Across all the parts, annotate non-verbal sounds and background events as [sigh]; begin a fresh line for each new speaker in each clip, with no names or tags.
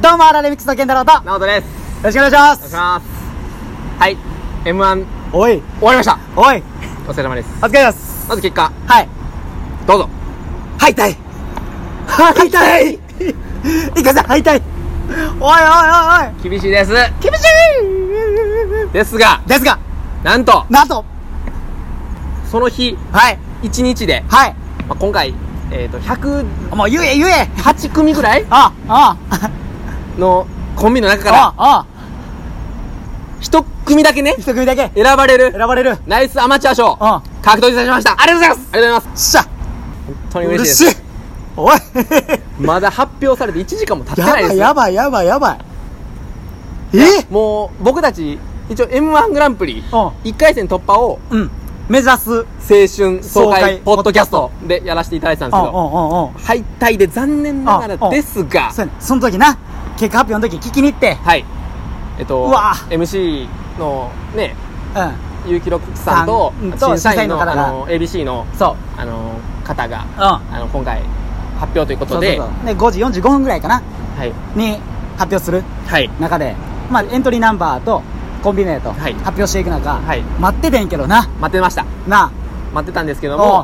どうも、アラレミックスの健太郎と、よ
直人です。
ろしくお願いしま
お願い
す
し。ます。はい。M1
おい、
終わりました。
おい、
お疲れ様です。
お疲れ様です。
まず結果、
はい。
どうぞ。
敗退敗退いかせ、敗退おいおいおいおい
厳しいです。
厳しい
ですが、
ですが、
なんと、
なんと、
その日、
はい、
1日で、
はい、
まあ、今回、えっ、と、108
もう言え言え
組ぐらい
あ、あ、
のコンビの中から
あ、、あ、
1組だけね、
一組だけ
選ばれる
選、ばれる。
ナイスアマチュア賞、
あ
獲得いたしました。ありがとうございますありがとうございます。
しゃ、
本当に嬉
嬉
しい
し
で
い
す。
おい
まだ発表されて1時間も経って
や
な
ば
いです
い
よ。
やばいやばいやばい。え
もう、僕たち、一応 M1 グランプリ、
うん
1回戦突破を、
うん。目指す。うん
青春爽
爽快
快ポッドキャストでやらせていただいてたん
う
ですけ
んう
ど
んうん。
敗退で残念ながらですが
そうやねその時な結果発表の時聞きに行って
はいえっと
うわ
MC のね
う
結城六さんと
さんうんと
審査員の
審査員の方が
あの ABC の
んそう
あの方が
うん
あの今回発表というこ
そうそう
とで
そうで5時45分ぐらいかな
はい
に発表する
はい
中でまあエントリーナンバーとコンビ名と
は
発
い
表していく中、
はい
待っててんけどな
待ってました
な
待ってたんですけど
おう
も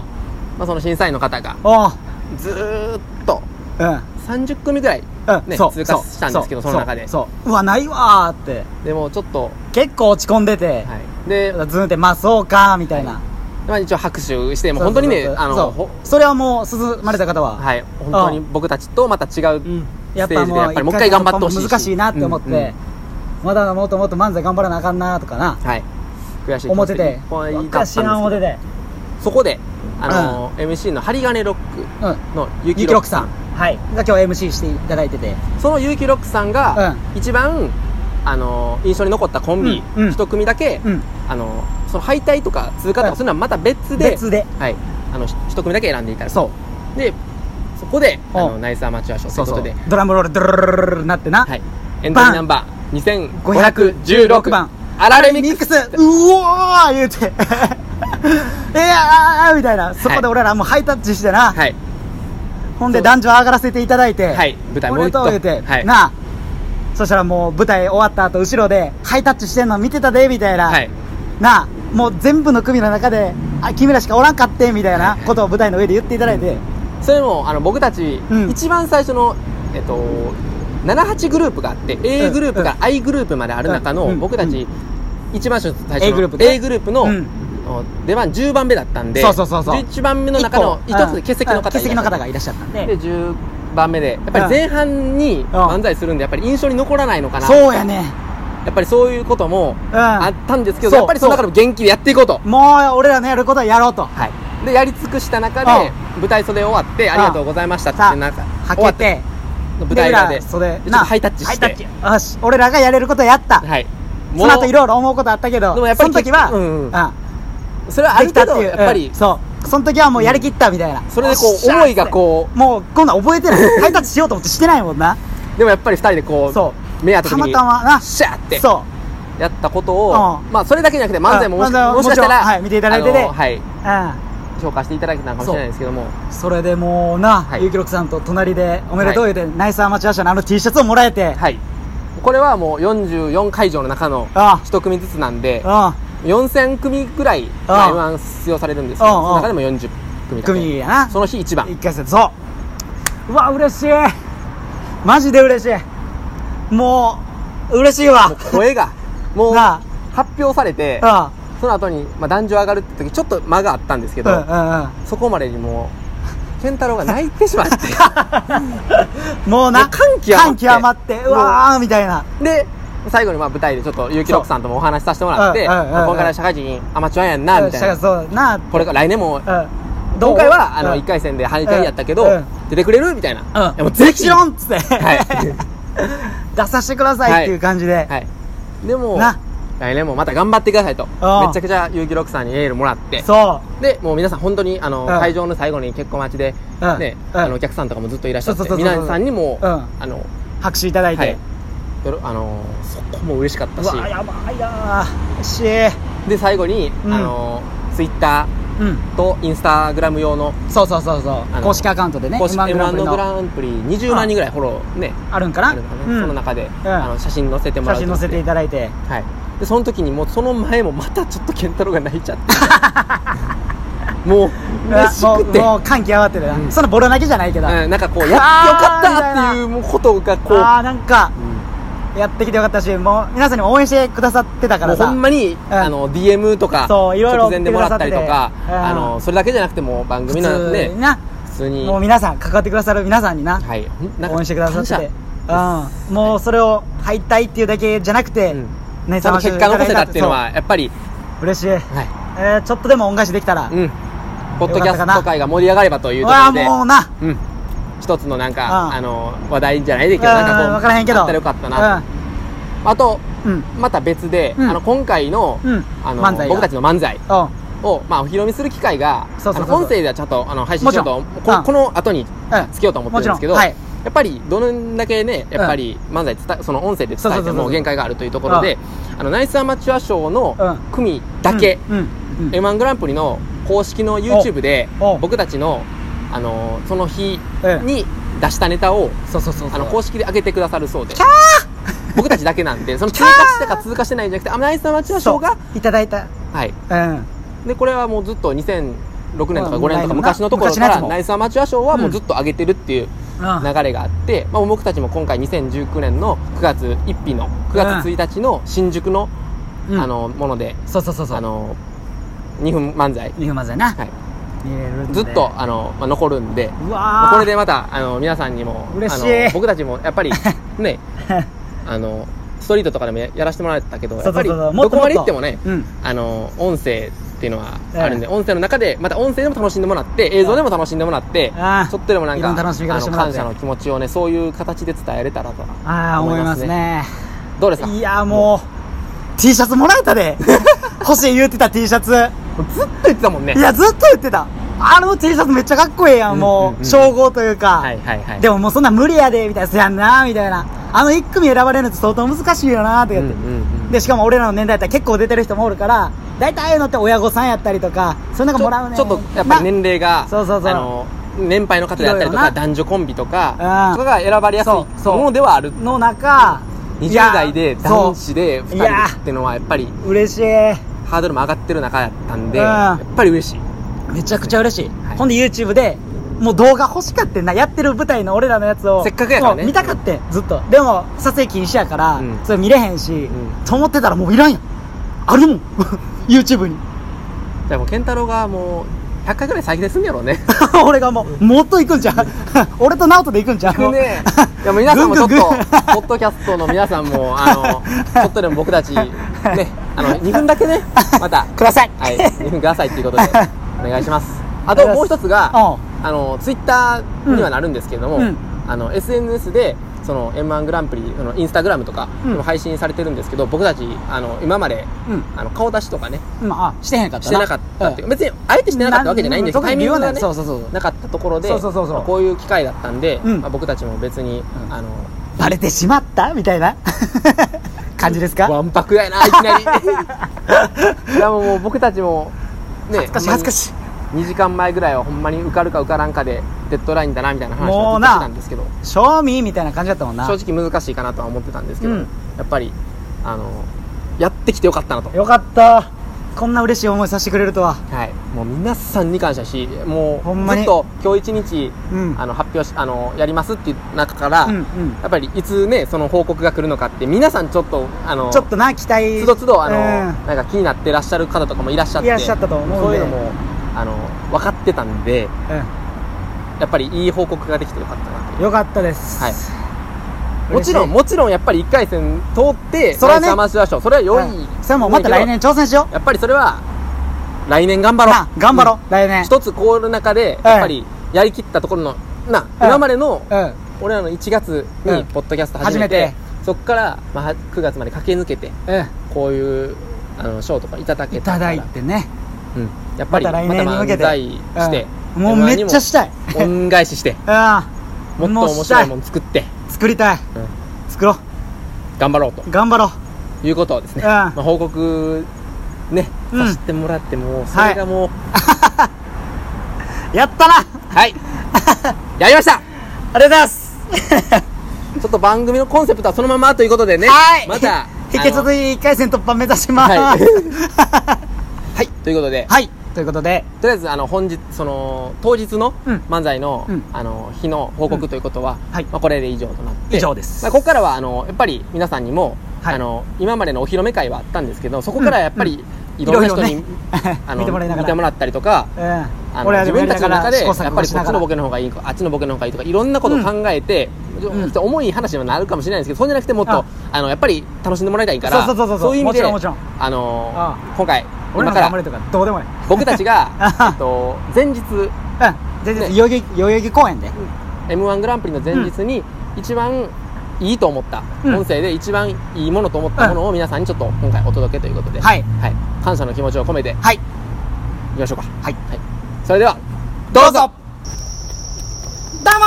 まあその審査員の方が
おう
ずーっと
うん
30組ぐらい
うん、
ね
そう
通過したんですけど
そう
その中で
そうそううわないわーって
でもちょっと
結構落ち込んでて、
はいで
ずんってまあそうかーみたいな、
まあ一応拍手してもう本当にね
そうそうそう
あの
そう
ほ
それはもう涼まれた方は、
はい本当に僕たちとまた違う
やっぱもう
ステージでやっぱりもう一回頑張ってほしいし
難しいなって思って、
うんうん
まだもっともっと漫才頑張らなあかんなとかな
はい悔しい気
思
持
って
ちでい
て
っぱいだったんで
昔
す
知
け
らん
ど
表で
そこであのー MC の針金ロッ
うん
クの
ゆ
ゆ
き
き
ろ
ろ
く
く
さ
さ
ん
ん
はいが今日 MC していただいてて
そのゆきろくさんが一番あのー印象に残ったコンビ
うんうん
一組だけ
うん
あのーその敗退とか通過と
うん
かそういうのはまた別で
別で
はいあのひ一組だけ選んでいただいて
そ
でそこであ
う
の
ん
ナイスアマチュア賞ということで
ドラムロールドゥルルルルルルなってな、
はいエントリーナンバー2516
516番
アラレミ
ミ
ッ
ッ
ク
ク
ス
スうおー言うていやーみたいなそこで俺らもうハイタッチしてな、
はい
ほんで男女上がらせていただいて、
はい舞台
お
も
めで
う一
と
度
う言うて、
はい
なあそしたらもう舞台終わった後後ろでハイタッチしてんの見てたでみたいな、
はい
なあもう全部の組の中であ君らしかおらんかってみたいな
はい
ことを舞台の上で言っていただいて、
それもあの僕たち、
うん
一番最初の、えっと、78グループがあって
う
A
ん
グループから I グループまである中の、
うん
僕たち、
う
一番最初の
A グループね
A グループの、
うん
出番10番目だったんで
そうそうそうそう
11番目の中の
一個
1つ欠席の方
欠席の方がい
い
らっしゃったん
らっしゃ
で
るで10番目でやっぱり前半に漫才するんでやっぱり印象に残らないのかな
そうやね
やっぱりそういうことも
うん
あったんですけ
そ
ど
う
やっぱりその中でも元気でやっていこうと
もう俺らのやることはやろうと
はい、でやり尽くした中
う
で
ん
舞台袖終わってありがとうございましたって
さあ
なんか
は
終わ
け
って
て
舞台裏で
でそれ
ちょっとハイタッチして
よし俺らがやれることやった、
はいも
その後いろいろ思うことあったけど
でもやっぱり
その時は、
うんうん
あ
それはあ
で
る
きた
け
って
ど
いう
やっぱり、
うんそうその時はもうやりきったみたいな、
それでこ
おっし
う
ゃー
思いがこ
もうこんなん覚え
[laughs]
てないハイタッチしようと思ってしてないもんな
うでもやっぱり二人でこ
そう
目当て
た
時
ま
に
たまな
シャーって
そ
やったことを
うん
まあそれだけじゃなくて漫才ももし
うん漫才も
もしかした
もちろん
ら
はい見ていただいてね
あのはい、
う
評価していただけたのかもしれないですけども
うんそれでもうな、
はい
ゆうきろくさんと隣でおめでとう言うて、ナイスアマチュア社のあの T シャツをもらえて、
はいこれはもう44会場の中の
あ
一組ずつなんで
う
4000組ぐらい
あ
m 1出場されるんですけ
あ
ど
あ
その中でも40組
ん
だけ
組やな
その日一番
一回戦そううわ嬉しいマジで嬉しいもう嬉しいわ
もう声がもう
な
発表されて
あ
その後にまあ男女上がるって時ちょっと間があったんですけ
うんうん
ど
うん
そこまでにもう健太郎が泣いてしまって
[laughs] うん [laughs] もうな
もう感極まって
感極まってうわーみたいな
で最後にまあ舞台でちょっと結城六さんともお話しさせてもらって
そううんうんうんうん
まあ今回は社会人アマチュアやんなみたい
うん
な
そうな
これから来年も
うんどう
今回はあ
う
の
ん
1回戦で敗退やったけ
う
ど
ん
出てくれるみたいな
うん
いやもう
ぜ
ぜ
ひ
ひ
ろんっつって、
は
[laughs] 出させてくださいっていう感じで、
い [laughs] はいでも
な
来年もまた頑張ってくださいとめ
あ
ちゃくちゃ結城六さんにエールもらって
そ
でもう皆さん本当にあの、
ん
会場の最後に結構待ちで、
うん
ね
うん
あのお客さんとかもずっといらっしゃって
そうそうそうそう
皆さんにも、
うん
あの
う拍手いただいて、
はいよろあのそこも嬉しかった
う
し
わやばいなーし
で最後に、
うん
あのツイッター
うん
とインスタグラム用の
そうそうそうそ
あ
う
の
公式アカウントでね
公式
M1 グラ
M1
ンプリ
のグ
の
ランプリ20万人ぐらいフォローね
あるんかな
あるのかな
うん
その中で、
うん
あの写真載せてもら
写
う
真載せてい
だ
ただいて
はいでその時にもうその前もまたちょっと健太郎が泣いちゃって
[laughs]
もう嬉し
も
く
う
て
もう歓喜上がってるな、
うん
そのボロ泣きじゃないけど、
うん、なんかこうやってよ
あー
かったっていうもうことがこう、
ああなんか
うん
やってきてよかったしもう皆さんにも応援してくださってたか
もう
ら
ほ
さ
んまに、あの DM とか
そういろいろ
直前でもらったりとか
送ってくださっててうん
あのそれだけじゃなくてもう番
普
組の
通
ね
にな、
普通に
もう皆さん関わってくださる皆さんにな、
はいほんなんか
応援してくださってて
感
うん、もうそれを敗退っていうだけじゃなくて、
うん
ね
謝その結果残せたっていうのはやっぱり
そう嬉しい、え
はい
ーちょっとでも恩返しできたら、
うんポッドキャスト界が盛り上がればと
う
いうとこ
わ
ろ
あ
で
もうな
うん、一つのなん
う
か、
ん
あの話題じゃないですけど、
うん
なんかこう、
分からへんけど
あったらよかったなと、あと、
うんうん
また別で、
うん
あの今回の,、
うん
あの
漫才が
僕たちの漫才
うん
を、まあ、お披露目する機会が、
そうそうそうそう
あの音声ではちゃんとあの配信
も
し
ちろ
よう
う
んと、こ
ん
この後に
うん
つけようと思ってるんですけど、
もちろんはい
やっぱりどれだけね、やっぱり漫才伝えその音声で
そうそうそ
伝え
うそ
て
う
も限界があるというところで、あのナイスアマチュア賞の
うん
組だけ、
うんうんうん
m 1グランプリの公式の YouTube で
おお
僕たちの、あのその日
ええ
に出したネタを
そうそうそうそう
あの公式で上げてくださるそうで [laughs] 僕たちだけなんでその通過したか通過してないんじゃなくてアナイスアマチュア賞が
そういただいた
はい
うん
でこれはもうずっと2006年とか
うん
5年とか昔のところ
昔
か
のや
ら
つも
ナイスアマチュア賞はもうずっと上げてるっていう
うん
流れがあって、まあ、僕たちも今回2019年の9月1日の9月1日の新宿の,、
うん
あのもので
そうそうそうそう
あの2分漫才、
二分まずやな、
はい、
入れるんで
ずっとあの、まあ、残るんで
うわー
これでまたあの皆さんにも
嬉しい
あの僕たちもやっぱ
[laughs]
りねあのストリートとかでもややらせてもらったけど
そ
や
うそ
っぱ
う
り
そうそう
ど
もっと
こ
もっと
まで行ってもね
うん
あの音声っていうのは
ええ
あるんで、音声の中でまた音声でも楽しんでもらって映像でも楽しんでもらって、
ああ
ちょっとでもなん
いろんな
か
楽しみ方
あ
して
の
もらっ
感
て
謝の気持ちをねそういう形で伝えれたらと
ああ思いますね
どうですか
いやーもう T シャツもらえた
[laughs]
で欲しい言ってた T シャツ
もうずっと言ってたもんね
いやずっと言ってたあの T シャツめっちゃかっこええやん
うん
も
うんう
うん称号というか、
はいはいはい
でももうそんな無理やでみたいなそやんなみたいなあの一組選ばれるのって相当難しいよなって
う
言
んう
っ
ん
て、
うん
でしかも俺らの年代やったら結構出てる人もおるから大体ああいうのって親御さんやったりとかそういうのがもらうね
ちょちょっとやっぱり年齢が
そうそうそう
あの年配の方であったり
いろい
と
ろな
か男女コンビと
う
か
ん
とかが選ばれやすいも
そうそう
のではある
なの中
20
いや
代で男子で
いや
2人ってのはやっぱり
そう嬉しい
ハードルも上がってる中だったんで
うん
やっぱり嬉しい
めちゃくちゃ嬉しい、
はい
ほんで YouTube でもう動画欲しかってんなやってる舞台の俺らのやつを
せっかくやからね
そう見たかってんずっとでも撮影禁止やから、
うん
それ見れへんし、
ん
と思ってたらもういらんやんあるもん [laughs] YouTube に [laughs]
じゃあもう健太郎がもう100回ぐらい先で済むやろうね
俺がもう [laughs] もっと行くんじゃん俺と直人で [laughs] 行くんじゃんもう [laughs]
ねでも皆さんもちょっと
ぐんぐんぐん
ポッドキャストの皆さんもあのちょっとでも僕たちね
[laughs]
あの2分だけねまた
ください
はい、2分くださいっていうことでお願いしますあともう一つ
[laughs]
が
[laughs] おう
あのツイッターにはなるんですけれども、
うんうん
あの SNS でその m 1グランプリそのインスタグラムとか
うん
でも配信されてるんですけど、僕たちあの今まで
うん
あの顔出しとかね
まあしてへんかった
してなかったっていう、別にあえてしてなかったわけじゃないんですけど
うん
タイミングが
特に理由
ね
はないそうそうそう
なかったところで
そうそうそうそう
まあこういう機会だったんで、
うん
まあ、僕たちも別に、
うん
あの
バレてしまったみたいな [laughs] 感じですか
わんぱくやないきなり [laughs] いやもうもう僕たちもね
恥ずかしい恥ずかしい
2時間前ぐらいはほんまに受かるか受からんかでデッドラインだなみたいな話
もう
をず
な
っとしてたんですけど
賞味みたいな感じだったもんな
正直難しいかなとは思ってたんですけど、
うん
やっぱりあのやってきてよかったなと、
よかったこんな嬉しい思いさせてくれるとは
はい、もう皆さんに感謝しもう
ほんまに
ずっと今日一日、
うん
あの発表しあのやりますっていう中から、
うんうん
やっぱりいつねその報告が来るのかって皆さんちょっとあの
ちょっとな期待
つどつどあの、
うん
なんか気になってらっしゃる方とかもいらっしゃって
いらっしゃったと思うんで
そういうのもあの分かってたんでやっぱりいい報告ができてよかったなと
うんよかったです
はいも
嬉し
ち
い
ろんもちろんやっぱり1回戦通って
それはね
ナイスアマチュア賞それは良い、
うんそれもまた来年挑戦しよう
やっぱりそれは来年頑張ろう、
な頑張ろう来
うん
年
一つこう中でやっぱりやりきったところのな、
うん
今までの
うん
俺らの1月
うん
にポッドキャスト始めて,、
初
そこから、まあ、は9月まで駆け抜けて
う
こういうあの賞とかいただ
ん
け
いた
たから
だいてね
うん、やっぱり
また来年に向けて
また漫才して、
うんもうめっちゃしたい
M1 にも恩返しして
う
もっ
ん
と
もう
面
した
白い
い
もん作って、
作りたい
うん
作ろ
頑張ろうと
う頑張ろう
いうことをですね、
うん
まあ、報告ね、
うん
走ってもらってもうそれがもう
[laughs] やったな [laughs]
はい、やりました
ありがとうございます
ちょっと番組のコンセプトはそのままということでね
はい
また
[laughs] 引き続き1回戦突破目指します [laughs]
はい
は
はいということで、
いということで
とりあえずあの本日その当日の
うん
漫才の,、
うん
あの日の報告ということは、
はい
まあ、これで以上となって
以上です
まあ、ここからはあのやっぱり皆さんにも、
はい
あの今までのお披露目会はあったんですけどそこからやっぱり、いろんな人に、
いろいろね
あ
[laughs]
の
見てもらいながら
ったりとか
うん
あの
俺は
自
でもやり
分た
な
ちの
が
中
ら
で
試
や
行
っ
錯
ぱ
誤
り
し
こ
な
っち
が
の
ら
ボケの方がいいあっちのボケの方がいいとかいろんなことを考えて、ちょ
うん
っと重い話にはなるかもしれないですけどそうじゃなくてもっと
あ
あのやっぱり楽しんでもらいたいから
そうそうそうそう
いう意味で
もちろんもち
あの
あ
今回
俺
今
の
か
頑張れ
ら
とかどうでもいい
僕たちが
[laughs] あ
えっと前日
うん全然
ね
代々木代々木公園で
m 1グランプリの前日に一番いいと思った、
うん
音声で一番いいものと思ったものを皆さんにちょっと今回お届けということで、
はい
感謝の気持ちを込めてい
はい
きましょうか、
はい
はい、それでは
どうぞどうもー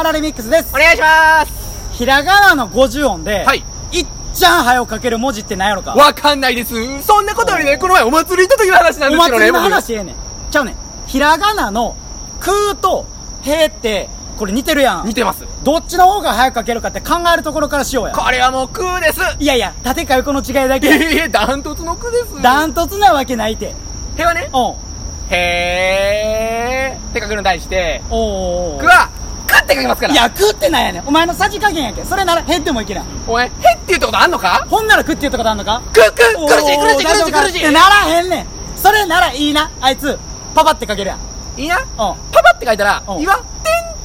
あられミックスです
お願いします
ひらがなの50音で、
はい
いっちゃんはよかける文字って何やろか
わかんないですそんなことよりねこの前お祭り行った時の話なん
お
ですけど
祭
ね
りの話ええねん。ちゃうねん。ひらがなの、空と、へって、これ似てるや
僕
ん
似。てます
どっちの方が早く書けるかって考えるところからしようや。
これはもう空です
いやいや、縦か横の違いだ
え
け。
えダントツの空です
ダントツなわけないて。
へはね
うん。
へーって書くのに対して
おー。
くはくって書きますから
いや、くってなんやねん。お前のさじ加減やけん。それなら、へってもいけない。
お前へって言ったことあんのか
ほんならくって言ったことあんのか
くく
おー
苦しい苦しい苦
なん
し
と
い
か
苦し
ってならへんねん。それならいいな。あいつ、パパって書けるやん。うん。
いいいなパパって書いたら
うん
岩てん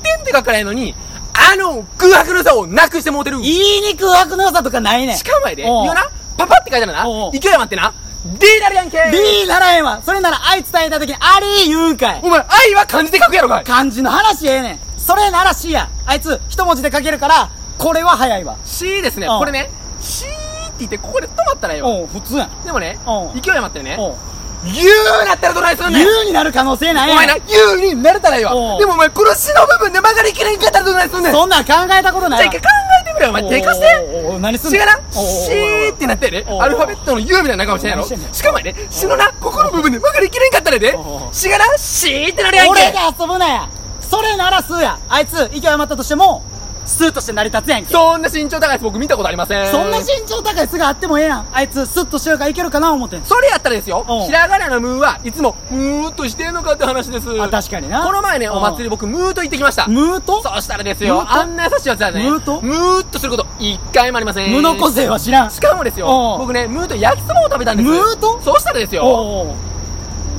てんって書くからいいのにあの空白の差をなくしてもうてる
言いに空白の良さとかないねん。
しかもやで
おう
よなパパって書いたらな
おうおう
勢い余ってな D なるやんけ
D ならへんわ。それなら愛伝えた時にあり言うんかい
お。前愛は漢字で書くやろかい
漢字の話ええねん。それなら C や。あいつ一文字で書けるから、これは早いわ。
C ですね
うん
これね C って言ってここで止まったらよ
おう、普通やん。
でもね
うん
勢い余ってるね
おう。
言うなったらどないすんねん
U になる可能性な
お
いやん
前な言うになれたらいいわ
おう
でもお前この死の部分で曲がりきれんかったらどないすんねんじゃ
そんなん考えたこと
あ
ない
一
わ
回。考えてみろよお前手貸し
お
て
うおうおう何すん
違
の
うな
おうおうおうおう
C ってなってやで
おうおう
アルファベットの U みたいな顔してんやろ
何してんねん
しかもやで死のなここの部分で曲がりきれんかったらやで
おうおう
違うな C ってなるやんけ
俺が遊ぶなや。それならすや。あいつ、勢い余ったとしても、スーとして成り立つやんけ。
そんな身長高いやつ僕見たことありません
そんな身長高いすがあってもええやん。あいつ、スッとしてるからいけるかな思ってん。
それやったらですよ
うん
ひらがなのムーはいつもムーっとしてんのかって話です
あ、確かにな。
この前ね、お祭り
り。
僕、ムーと行ってきました。
ムーと
そうしたらです
ム
よ
ー、と
あんな優しいやつはね、
ムーと
ムーっとすること、一回もありません。
無の個性は知らん。
しかもです
お
よ
う、
僕ね、ムーと焼きそばを食べたんです。
ムーと
そうしたらですよ、
おうおうおう。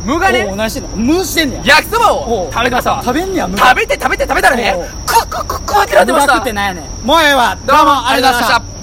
ムーが
おう
ね、
何してんのムーしてんねや。
焼きそばを
おう
食べてましたわ。
食べんねや、ムー。
食べて食べて食べたらね
おう、
クックックックってなってまし
うま
た。
くってなんやねん。もうええわ。
どうもありがとうございました。